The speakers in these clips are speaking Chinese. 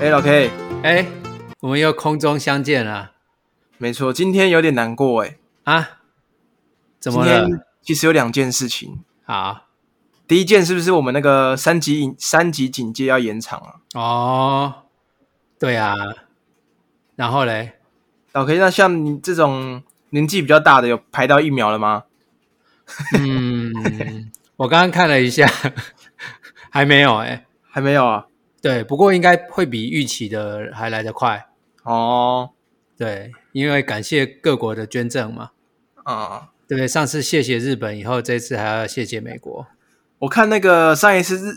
哎、老 K，哎，我们又空中相见了没错，今天有点难过哎。啊？怎今么了？天其实有两件事情，好第一件是不是我们那个三级警三级警戒要延长啊？哦，对啊，然 后嘞，老 K，那像你这种年纪比较大的，有排到疫苗了吗？嗯，我刚刚看了一下， 还没有哎、还没有啊？对，不过应该会比预期的还来得快。哦，对，因为感谢各国的捐赠嘛，啊、对不对？上次谢谢日本，以后这次还要谢谢美国。我看那个上一次日，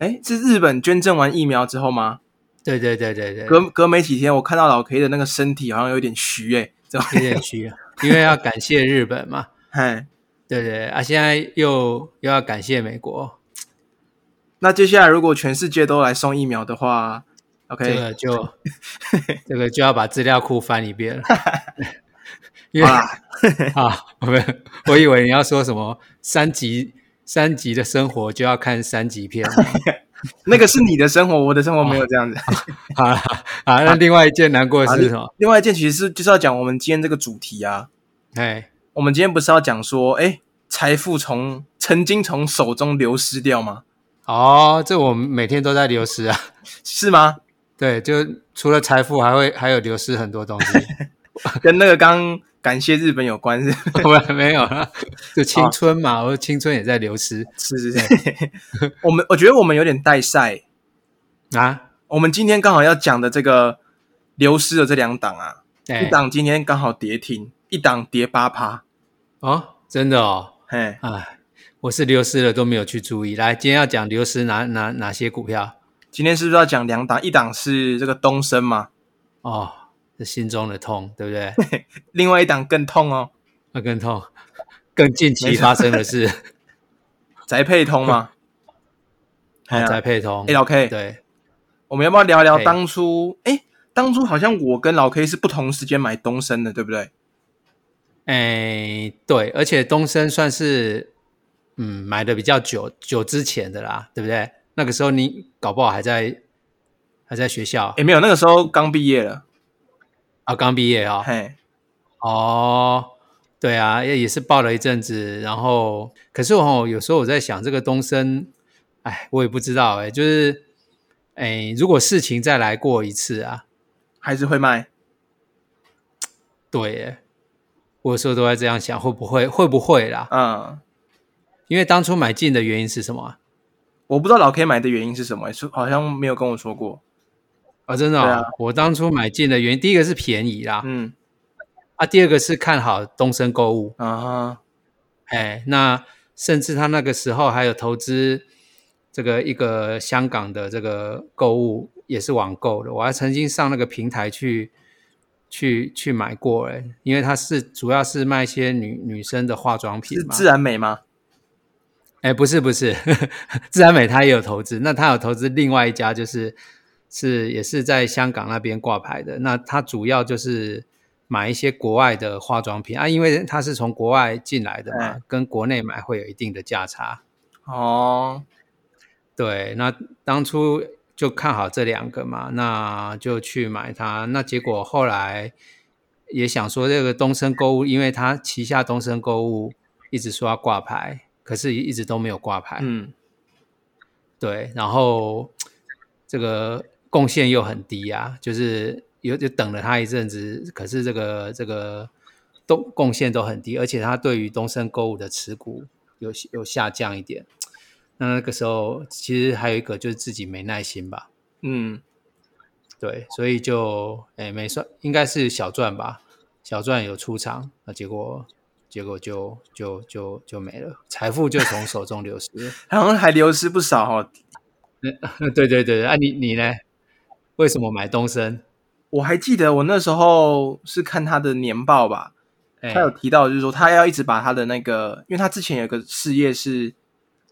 哎，是日本捐赠完疫苗之后吗？对对对对对，有隔隔没几天，我看到老 K 的那个身体好像有点虚哎，怎么？点虚啊，因为要感谢日本嘛。 嘿，对对啊，现在又又要感谢美国，那接下来如果全世界都来送疫苗的话，OK，这个就这个就要把资料库翻一遍了。因为好啦啊，我们我以为你要说什么三级三级的生活就要看三级片，那个是你的生活，我的生活没有这样子。好啦好啦，那另外一件难过的事是什么？ 另外一件其实是就是要讲我们今天这个主题啊，哎，我们今天不是要讲说，哎，财富从曾经从手中流失掉吗？哦，这我们每天都在流失啊，是吗？对，就除了财富，还会还有流失很多东西，跟那个刚感谢日本有关是我没有了，就青春嘛，我青春也在流失是是是。 我们我觉得我们有点带赛，啊，我们今天刚好要讲的这个流失的这两档啊，一哎，档今天刚好跌停，一档跌八趴，哦，真的哦。嘿，哎，我是流失了都没有去注意。来，今天要讲流失哪哪哪些股票今天是不是要讲两档？一档是这个东升嘛，哦，这心中的痛，对不对？另外一档更痛哦，那更痛，更近期 没错发生的事，宅配通 嘛。哎哦呀宅配通哎，，老 K，对，我们要不要聊聊嘿当初？哎，当初好像我跟老 K 是不同时间买东升的，对不对？哎，对，而且东升算是嗯买的比较久久之前的啦，对不对？那个时候你搞不好还在还在学校哎，没有，那个时候刚毕业了。啊，刚毕业啊、嘿，哦，对啊，也也是报了一阵子，然后可是哦，有时候我在想这个东升，哎，我也不知道哎，就是哎，如果事情再来过一次啊，还是会卖。对耶，我有时候都在这样想，会不会会不会啦？嗯，因为当初买进的原因是什么啊？我不知道老 K 买的原因是什么，说好像没有跟我说过。啊、真的、哦，对啊我当初买进的原因，第一个是便宜啦，嗯啊，第二个是看好东升购物，啊哈，哎，那甚至他那个时候还有投资这个一个香港的这个购物，也是网购的，我还曾经上那个平台去去去买过哎，因为它是主要是卖一些女女生的化妆品是嘛自。然美吗？哎，不是不是， 自然美它也有投资，那它有投资另外一家就是是也是在香港那边挂牌的，那它主要就是。买一些国外的化妆品啊，因为它是从国外进来的嘛，跟国内买会有一定的价差。哦，对，那当初就看好这两个嘛，那就去买它。那结果后来也想说，这个东升购物，因为它旗下东升购物一直说要挂牌，可是一直都没有挂牌。嗯，对，然后这个贡献又很低啊，就是有就等了它一阵子，可是这个这个都贡献都很低，而且它对于东升购物的持股有有下降一点。那那个时候其实还有一个就是自己没耐心吧，嗯，对，所以就哎没算，应该是小赚吧，小赚有出场，那结果结果就就就就没了，财富就从手中流失了。好像还流失不少哦。 对对对，啊你你呢？为什么买东升？我还记得我那时候是看他的年报吧，哎他有提到，就是说他要一直把他的那个，因为他之前有个事业是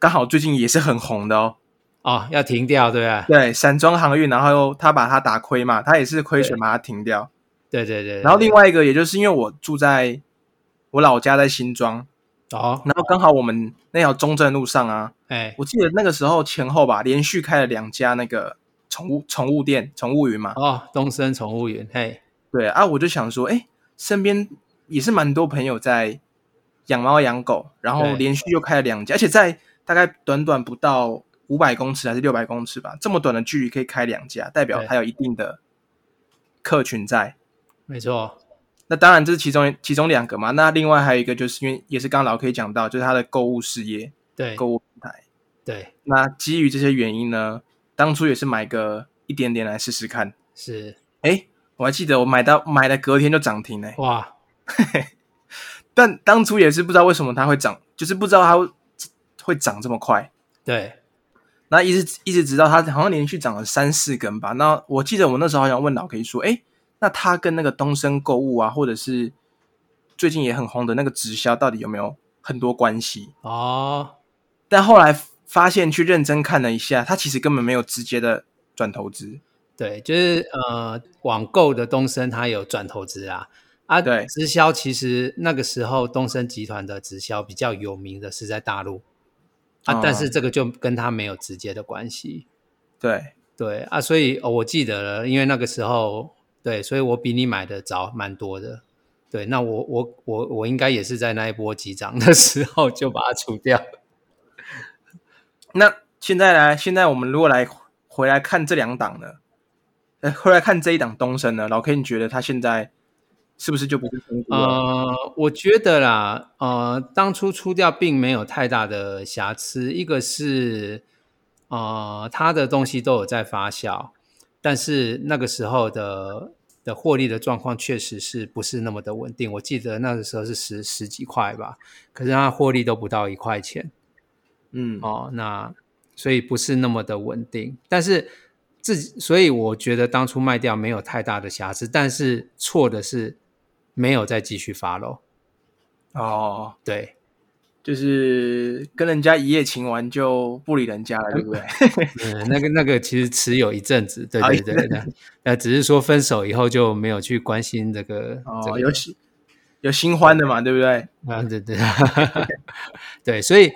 刚好最近也是很红的哦，哦，要停掉，对不对，散装航运，然后他把它打亏嘛，他也是亏损把它停掉。对？对对对。然后另外外一个，也就是因为我住在我老家在新庄，哦，然后刚好我们那条中正路上啊，哎我记得那个时候前后吧，连续开了两家那个宠物宠物店宠物云嘛，哦，东森宠物园，嘿，对啊，我就想说，哎，身边也是蛮多朋友在养猫养狗，然后对连续又开了两家，而且在大概短短不到五百公尺还是六百公尺吧，这么短的距离可以开两家，代表对它有一定的客群在。没错，那当然这是其中其中两个嘛，那另外还有一个就是因为也是刚刚老 K 讲到，就是它的购物事业、对购物平台。对那基于这些原因呢，当初也是买个一点点来试试看。是，哎，我还记得我买到买的隔天就涨停嘞、欸哇，但当初也是不知道为什么它会涨，就是不知道它会会涨这么快。对那一直一直直到它好像连续涨了三四根吧。那我记得我那时候好像问老 K 说，哎，那它跟那个东升购物啊，或者是最近也很红的那个直销，到底有没有很多关系？哦，但后来发现去认真看了一下，它其实根本没有直接的转投资。对，就是呃，网购的东升它有转投资啊，啊，对直销其实那个时候东升集团的直销比较有名的是在大陆啊，但是哦这个就跟它没有直接的关系，对，对啊，所以、哦、我记得了，因为那个时候对，所以我比你买的早蛮多的。对，那我我我我应该也是在那一波急涨的时候就把它除掉。那现在来，现在我们如果来回来看这两档呢，呃，回来看这一档东升呢，老 K，你觉得它现在是不是就不是成功了？呃，我觉得啦，呃，当初出掉并没有太大的瑕疵，一个是呃，它的东西都有在发酵，但是那个时候的的获利的状况确实是不是那么的稳定。我记得那个时候是十十几块吧，可是它获利都不到一块钱。嗯，哦，那所以不是那么的稳定，但是自己，所以我觉得当初卖掉没有太大的瑕疵，但是错的是没有再继续发喽。哦，对，就是跟人家一夜情完就不理人家了，对不对？嗯，那个那个其实持有一阵子，对啊对一对阵对，那只是说分手以后就没有去关心这个 这哦，个有喜有新欢的嘛，对不对？啊，对对， 对，所以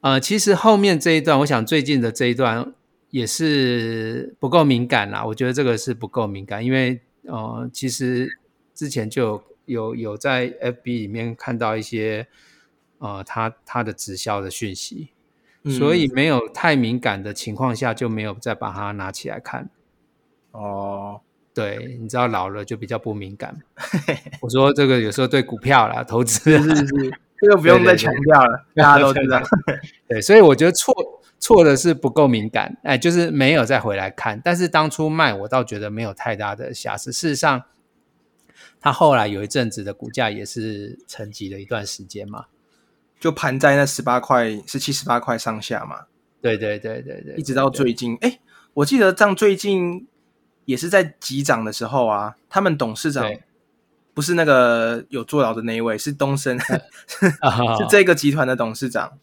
呃，其实后面这一段，我想最近的这一段也是不够敏感啦。我觉得这个是不够敏感，因为呃，其实之前就有有有在 FB 里面看到一些呃，他他的直销的讯息，嗯所以没有太敏感的情况下，就没有再把它拿起来看。哦，对，你知道老了就比较不敏感。我说这个有时候对股票啦、投资啊是是，这个不用再强调了，大家都 知道。对，所以我觉得错错的是不够敏感，哎，就是没有再回来看。但是当初卖，我倒觉得没有太大的瑕疵。事实上，它后来有一阵子的股价也是沉寂了一段时间嘛。就盘在那十八块、十七、十八块上下嘛，对对对对对，一直到最近。哎，我记得这样最近也是在急涨的时候啊，他们董事长对不是那个有坐牢的那一位，是东升，是啊，这个集团的董事长，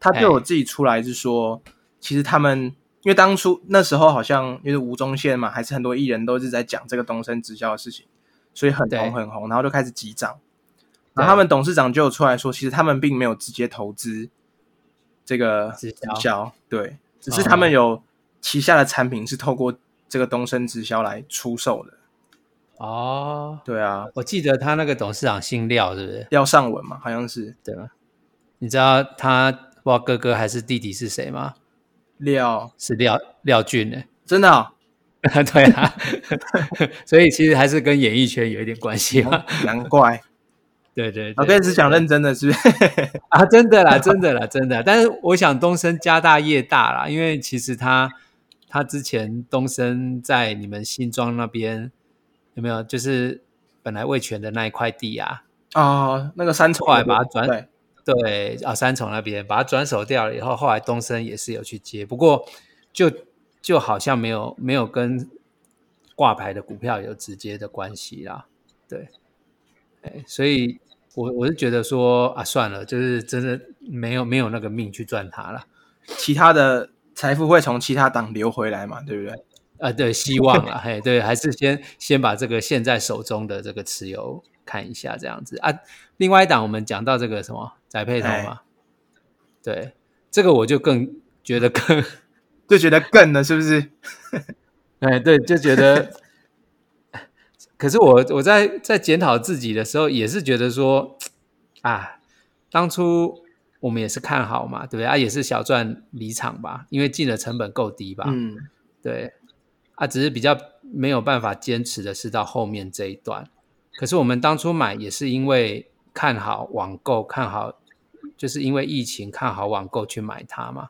他对我自己出来是说，其实他们因为当初那时候好像就是吴宗宪嘛，还是很多艺人都是在讲这个东升直销的事情，所以很对红很红，然后就开始急涨。然后他们董事长就有出来说，其实他们并没有直接投资这个直直销哦销，对，只是他们有旗下的产品是透过这个东升直销来出售的。哦，对啊，我记得他那个董事长姓廖，是不是？廖尚文嘛，好像是对吗？你知道他不知道哥哥还是弟弟是谁吗？廖，是廖廖俊呢、 真的哦、对啊， 所以其实还是跟演艺圈有一点关系嘛。难怪。对对对，我哦跟你是想认真的，是不是？啊，真的啦，真的啦，真的啦。但是我想东升家大业大啦，因为其实他他之前东升在你们新庄那边有没有？就是本来味全的那一块地啊， 哦，那个三重后来把它转对，对啊，三重那边把它转手掉了以后，后来东升也是有去接，不过就就好像没有没有跟挂牌的股票有直接的关系啦。对，哎，所以我我是觉得说啊，算了，就是真的没有没有那个命去赚它了。其他的财富会从其他党流回来嘛，对不对？啊，对，希望啦，嘿，对，还是先先把这个现在手中的这个持有看一下，这样子啊。另外一档我们讲到这个什么宅配通嘛，哎对，这个我就更觉得更就觉得更了，是不是？ 哎，对，就觉得，可是我我在在检讨自己的时候，也是觉得说，啊，当初我们也是看好嘛，对不对？啊，也是小赚离场吧，因为进的成本够低吧，嗯，对，啊，只是比较没有办法坚持的是到后面这一段。可是我们当初买也是因为看好网购，看好就是因为疫情看好网购去买它嘛。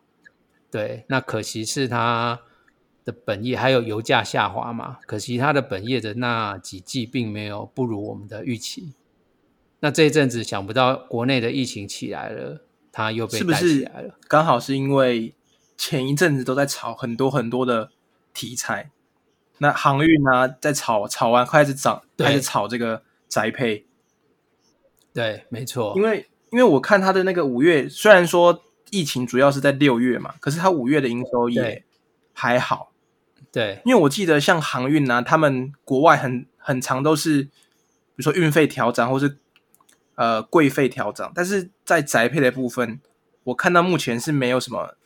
对，那可惜是它的本业还有油价下滑嘛，可惜它的本业的那几季并没有不如我们的预期。那这一阵子想不到国内的疫情起来了，它又被是不带起是来了。刚好是因为前一阵子都在炒很多很多的题材，那航运呢、在炒炒完开始涨，对开始炒这个宅配，对，没错因，为因为我看他的那个五月，虽然说疫情主要是在六月嘛，可是他五月的营收也对还好，对因为我记得像航运啊，他们国外很很长都是，比如说运费调涨或是呃贵费调涨，但是在宅配的部分，我看到目前是没有什么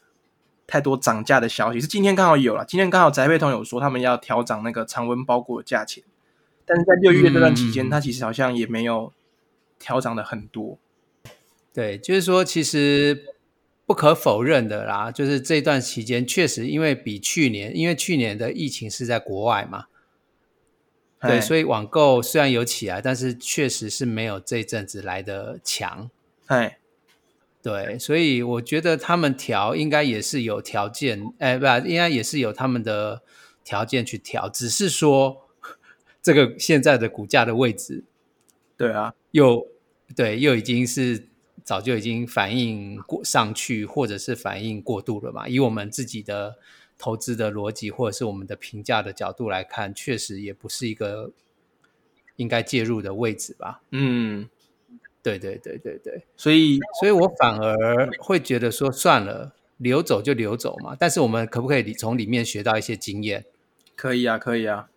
太多涨价的消息。是今天刚好有了，今天刚好宅配通有说他们要调涨那个常温包裹的价钱，但是在六月这段期间，嗯它其实好像也没有调涨的很多。对，就是说，其实不可否认的啦，就是这段期间确实因为比去年，因为去年的疫情是在国外嘛，对，所以以网购虽然有起来，但是确实是没有这一阵子来的强。哎，对，所以我觉得他们调应该也是有条件，哎，不，应该也是有他们的条件去调，只是说 这个现在的股价的位置对啊，又对又已经是早就已经反应过上去，或者是反应过度了嘛？以我们自己的投资的逻辑，或者是我们的评价的角度来看，确实也不是一个应该介入的位置吧？嗯，对对对对对，所以所以我反而会觉得说算了，流走就流走嘛。但是我们可不可以里从里面学到一些经验？可以啊，可以啊，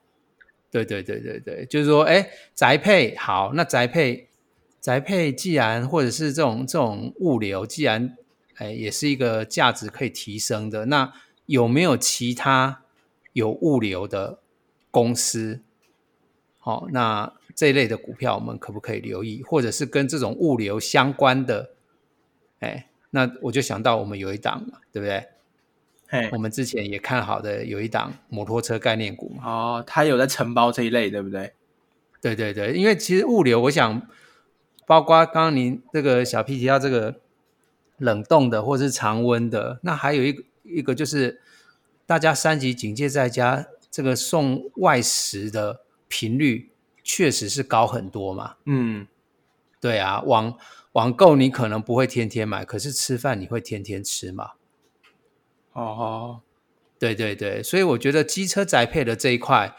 对对对对对，就是说，哎，宅配好，那宅配宅配既然或者是这种这种物流，既然哎也是一个价值可以提升的，那有没有其他有物流的公司？好、那这一类的股票我们可不可以留意，或者是跟这种物流相关的？哎，那我就想到我们有一档嘛，对不对？嘿我，们之前也看好的有一档摩托车概念股嘛。哦，他有在承包这一类，对不对？对对对，因为其实物流，我想包括刚刚您这个小 P 提到这个冷冻的或是常温的，那还有一个一个就是大家三级警戒在家，这个送外食的频率确实是高很多嘛。嗯，对啊，网网购你可能不会天天买，可是吃饭你会天天吃嘛。哦。对对对，所以我觉得机车宅配的这一块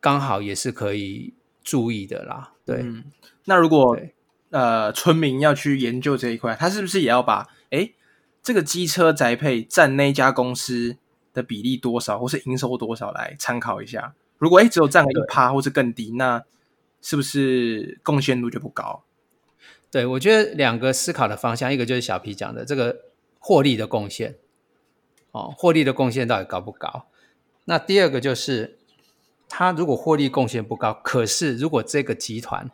刚好也是可以注意的啦。对，嗯，那如果对呃村民要去研究这一块，他是不是也要把诶这个机车宅配占那家公司的比例多少，或是营收多少来参考一下？如果诶只有占个一趴或是更低，那是不是贡献度就不高？对，我觉得两个思考的方向，一个就是小皮讲的这个获利的贡献，哦，获利的贡献到底高不高？那第二个就是，他如果获利贡献不高，可是如果这个集团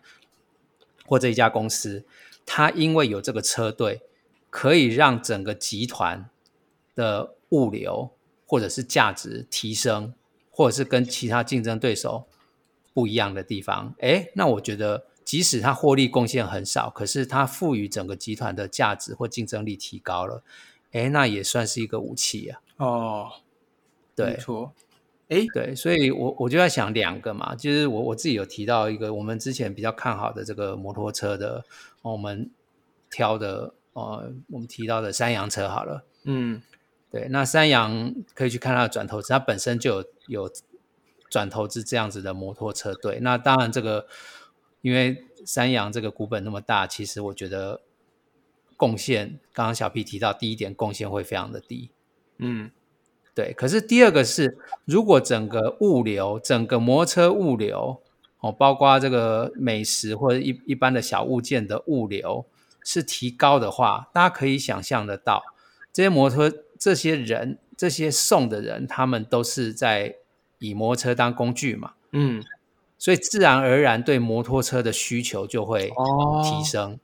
或这一家公司，它因为有这个车队，可以让整个集团的物流或者是价值提升，或者是跟其他竞争对手不一样的地方，诶，那我觉得即使它获利贡献很少，可是它赋予整个集团的价值或竞争力提高了，诶，那也算是一个武器啊。哦，没对错，诶，对，所以我我就在想两个嘛，就是我我自己有提到一个我们之前比较看好的这个摩托车的，哦我们挑的呃，我们提到的三洋车好了。嗯，对，那三洋可以去看它的转投资，它本身就有有转投资这样子的摩托车队。那当然，这个因为三洋这个股本那么大，其实我觉得贡献，刚刚小 P 提到第一点，贡献会非常的低。嗯，对，可是第二个是，如果整个物流、整个摩托车物流哦，包括这个美食或者一一般的小物件的物流是提高的话，大家可以想象得到，这些摩托、这些人、这些送的人，他们都是在以摩托车当工具嘛，嗯，所以自然而然对摩托车的需求就会哦提升。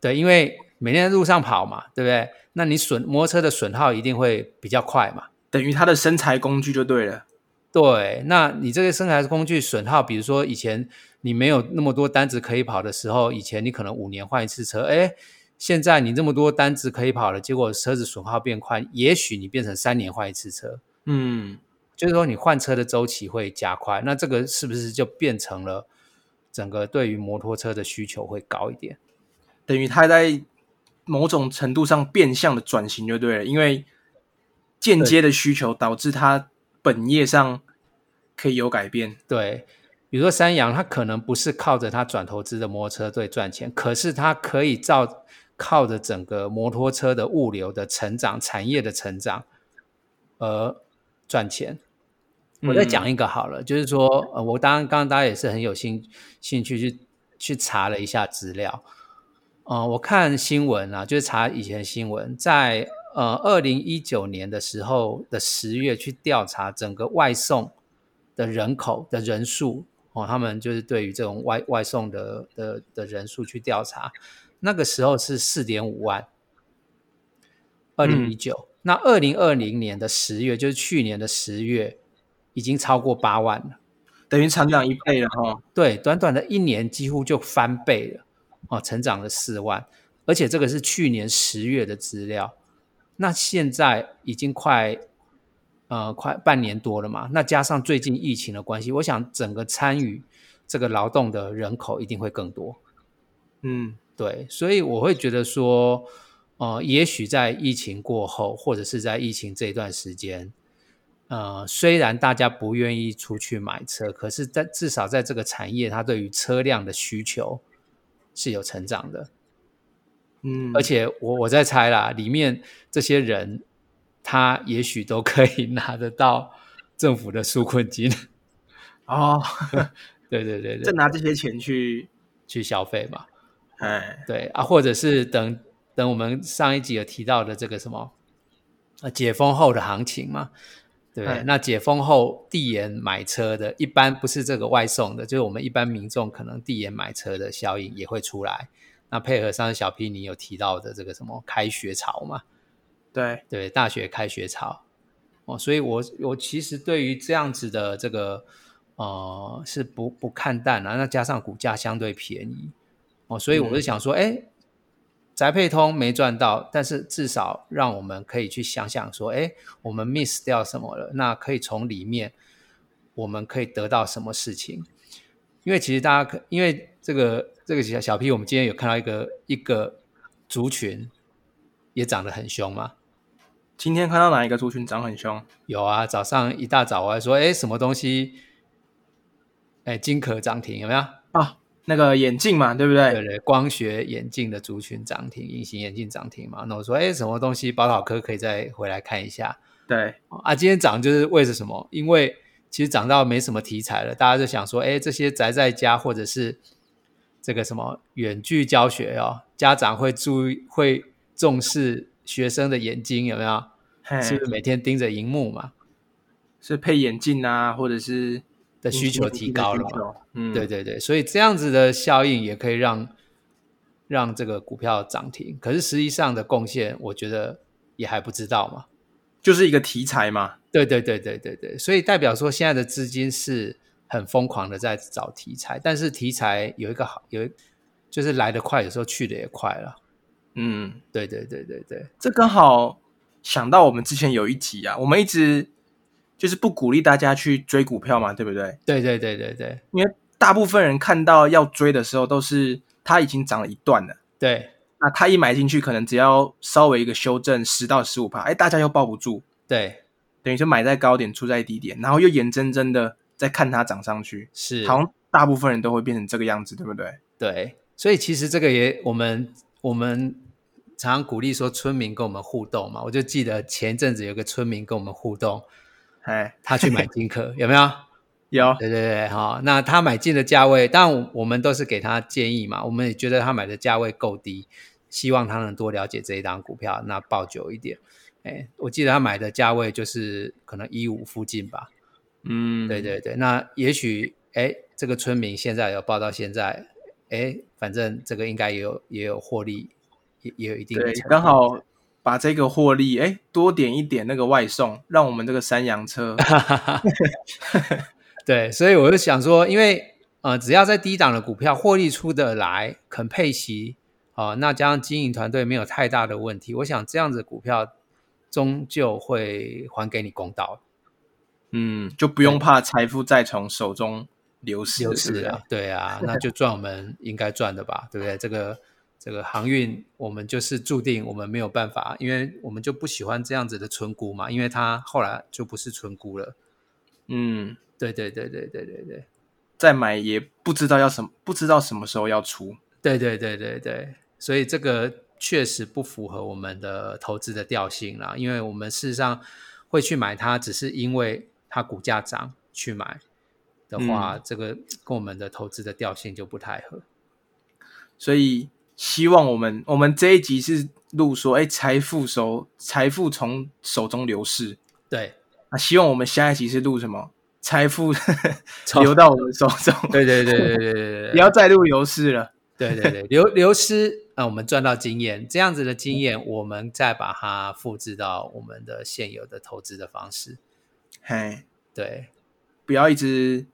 对，因为每天在路上跑嘛，对不对？那你损摩托车的损耗一定会比较快嘛。等于他的身材工具就对了。对，那你这个生产工具损耗，比如说以前你没有那么多单子可以跑的时候，以前你可能五年换一次车，哎，现在你这么多单子可以跑了，结果车子损耗变快，也许你变成三年换一次车，嗯，就是说你换车的周期会加快，那这个是不是就变成了整个对于摩托车的需求会高一点？等于他在某种程度上变相的转型就对了，因为间接的需求导致他本业上可以有改变。对，比如说三洋，它可能不是靠着它转投资的摩托车队赚钱，可是它可以照靠着整个摩托车的物流的成长、产业的成长而赚钱。我再讲一个好了，就是说，呃，我当然刚刚大家也是很有兴兴趣去去查了一下资料。嗯、我看新闻啊，就是查以前新闻，在呃二零一九年的时候的十月去调查整个外送的人口的人数哦，他们就是对于这种外外送的的的人数去调查，那个时候是四点五万，二零一九，那二零二零年的十月，就是去年的十月，已经超过八万了。等于成长一倍了哈。对，短短的一年几乎就翻倍了，哦，成长了四万，而且这个是去年十月的资料，那现在已经快呃快半年多了嘛，那加上最近疫情的关系，我想整个参与这个劳动的人口一定会更多，嗯，对，所以我会觉得说，呃，也许在疫情过后，或者是在疫情这一段时间，呃，虽然大家不愿意出去买车，可是在至少在这个产业，它对于车辆的需求是有成长的。嗯，而且我我在猜啦，里面这些人，他也许都可以 拿得到政府的纾困金。哦，对对对再对，拿这些钱去，去消费嘛。哎，对啊，或者是等等我们上一集有提到的这个什么，呃，解封后的行情嘛，对不对哎那解封后递延买车的，一般不是这个外送的，就是我们一般民众可能递延买车的效应也会出来。那配合上小 P 你有提到的这个什么开学潮嘛，对，对，大学开学潮哦，所以我我其实对于这样子的这个呃是不不看淡啊，那加上股价相对便宜哦，所以我就想说，哎、宅配通没赚到，但是至少让我们可以去想想说，哎，我们 miss 掉什么了？那可以从里面我们可以得到什么事情？因为其实大家可，因为这个这个小小 P，我们今天有看到一个一个族群也涨得很凶嘛，今天看到哪一个族群涨很凶？有啊，早上一大早我还说，哎，什么东西？哎，金可涨停有没有？那个眼镜嘛，对不对对？对，光学眼镜的族群涨停，隐形眼镜涨停嘛。那我说，哎，什么东西？宝岛科可以再回来看一下对，啊。今天涨就是为了什么？因为其实涨到没什么题材了，大家就想说，哎，这些宅在家或者是这个什么远距教学哦，家长会注意会重视学生的眼睛有没有？嘿，是不是每天盯着荧幕嘛？是配眼镜啊，或者是的需求提高了嘛需？求？嗯，对，对对，所以这样子的效应也可以让让这个股票涨停，可是实际上的贡献，我觉得也还不知道嘛。就是一个题材嘛。对对对对对对，所以代表说现在的资金是很疯狂的在找题材，但是题材有一个好有一就是来得快，有时候去的也快了。嗯，对对对对对这刚好想到我们之前有一集啊，我们一直就是不鼓励大家去追股票嘛，对不对？对对对对对因为大部分人看到要追的时候，都是它已经涨了一段了。对那它一买进去，可能只要稍微一个修正十到十五趴，哎，大家又抱不住，对，等于就买在高点，出在低点，然后又眼睁睁的在看它涨上去，是好像大部分人都会变成这个样子，对不对？对，所以其实这个也我们我们常常鼓励说村民跟我们互动嘛，我就记得前一阵子有个村民跟我们互动，哎，他去买金壳，有没有？有，对对对，好、那他买进的价位，但我我们都是给他建议嘛，我们也觉得他买的价位够低，希望他能多了解这一档股票，那抱久一点。哎，我记得他买的价位就是可能一五附近吧，嗯，对对对，那也许哎，这个村民现在有报到现在，哎，反正这个应该也有也有获利，也也有一定的对，成刚果好把这个获利，哎，多点一点那个外送，让我们这个山羊 车，对，所以我就想说，因为呃，只要在低档的股票获利出得来，肯配息啊、那加上经营团队没有太大的问题，我想这样子的股票终究会还给你公道，嗯，就不用怕财富再从手中流失，就是不是啊，对啊，那就赚我们应该赚的吧，对不对？这个这个航运，我们就是注定我们没有办法，因为我们就不喜欢这样子的存股嘛，因为它后来就不是存股了。嗯，对对对对对对对再买也不知道要什么，不知道什么时候要出，对对对对对，所以这个确实不符合我们的投资的调性啦，因为我们事实上会去买它，只是因为它股价涨去买的话，这个跟我们的投资的调性就不太合。所以希望我们我们这一集是录说，哎，财富手财富从手中流逝，对，啊，希望我们下一集是录什么？财富 从流到我们手中，对对对对对对对，不要再录流逝了。对对对，流流失啊、呃我们赚到经验，这样子的经验，我们再把它复制到我们的现有的投资的方式。嘿，对不要一直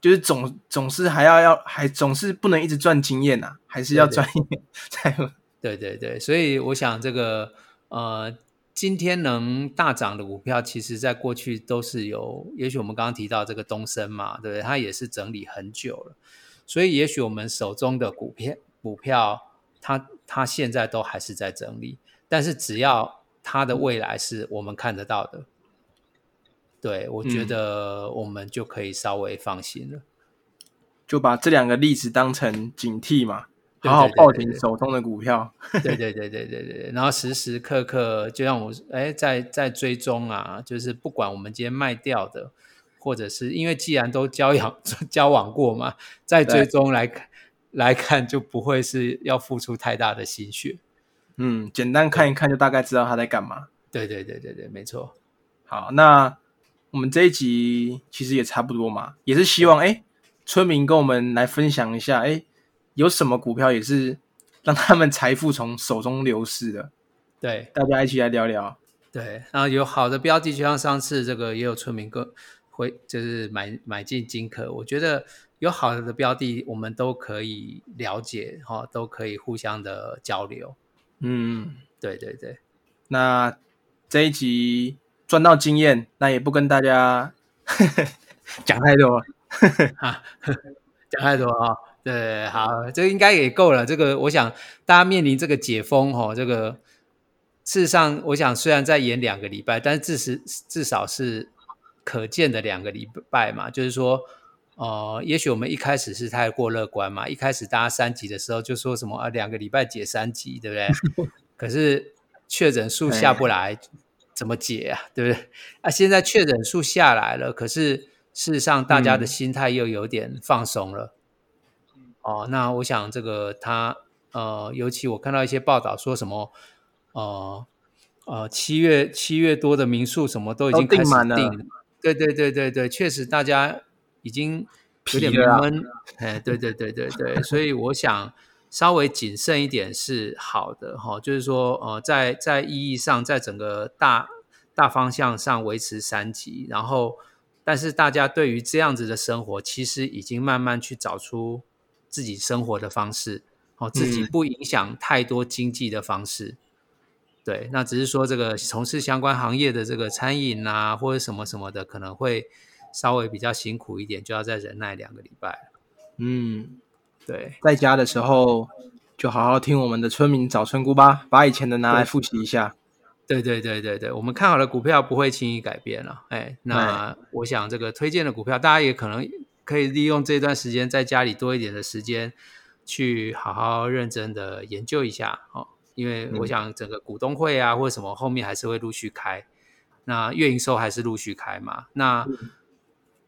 就是总总是还要要还总是不能一直赚经验呐、啊，还是要对对赚一点财富。对对对，所以我想这个呃，今天能大涨的股票，其实在过去都是有，也许我们刚刚提到这个东升嘛，对不对？它也是整理很久了，所以也许我们手中的股票股票，它它现在都还是在整理，但是只要它的未来是我们看得到的，对我觉嗯得我们就可以稍微放心了。就把这两个例子当成警惕嘛，对好好对对抱对紧对手中的股票。对对对对对对，对然后时时刻刻就让我哎在在追踪啊，就是不管我们今天卖掉的，或者是因为既然都交养 交往过嘛，在追对踪来看来看就不会是要付出太大的心血。嗯，简单看一看就大概知道他在干嘛。对对对对对，没错，好，那我们这一集其实也差不多嘛，也是希望哎、诶村民跟我们来分享一下，哎、有什么股票也是让他们财富从手中流逝的，对。大家一起来聊聊。对，然后有好的标的，就像上次这个也有村民跟回就是买买进金科，我觉得有好的标的，我们都可以了解哈、哦，都可以互相的交流。嗯，对对对，那这一集赚到经验，那也不跟大家 讲太多了。啊，讲太多啊、哦。对，好，这个应该也够了。这个我想大家面临这个解封哦，这个事实上我想虽然再延两个礼拜，但是至实至少是可见的两个礼拜嘛。就是说，呃，也许我们一开始是太过乐观嘛，一开始大家三级的时候就说什么啊两个礼拜解三级，对不对？可是确诊数下不来，怎么解啊？对不对？啊，现在确诊数下来了，可是事实上大家的嗯心态又有点放松了。哦，那我想这个他呃，尤其我看到一些报道说什么呃呃七月七月多的民宿什么都已都经开订始满了订了，对对对对对，确实大家已经有点疲了啊闷，哎，对对对对对，所以我想稍微谨慎一点是好的哈、就是说呃，在在意义上，在整个大大方向上维持三级，然后但是大家对于这样子的生活，其实已经慢慢去找出自己生活的方式，哦，自己嗯不影响太多经济的方式。对，那只是说这个从事相关行业的这个餐饮啊，或者什么什么的，可能会稍微比较辛苦一点，就要再忍耐两个礼拜。嗯，对，在家的时候就好好听我们的村民找村姑吧，把以前的拿来对复习一下。对对对对对，我们看好的股票不会轻易改变了。哎，那我想这个推荐的股票，大家也可能可以利用这段时间在家里多一点的时间，去好好认真的研究一下哦。因为嗯我想整个股东会啊或者什么后面还是会陆续开，那月营收还是陆续开嘛。那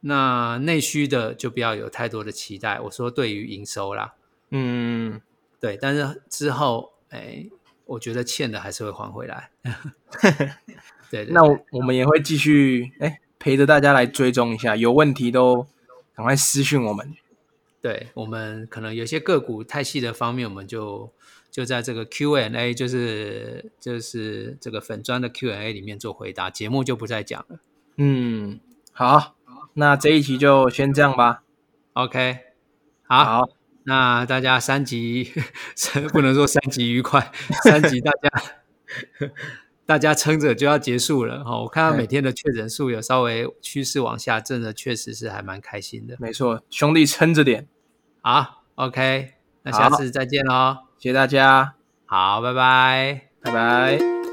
那内需的就不要有太多的期待。我说对于营收啦，嗯，对，但是之后哎，我觉得 欠的还是会还回来。对对对那我我们也会继续哎陪着大家来追踪一下，有问题都赶快私讯我们。对我们可能有些个股太细的方面，我们就就在这个 Q&A，就是就是这个粉砖的 Q&A 里面做回答，节目就不再讲了。嗯，好，那这一期就先这样吧。 OK，好，那大家三级 不能说三级愉快，三级大家大家撑着就要结束了哈、哦。我看到每天的确诊数有稍微趋势往下，真的确实是还蛮开心的。没错，兄弟撑着点，好，OK，那下次再见喽。谢谢大家，好，拜拜。拜拜。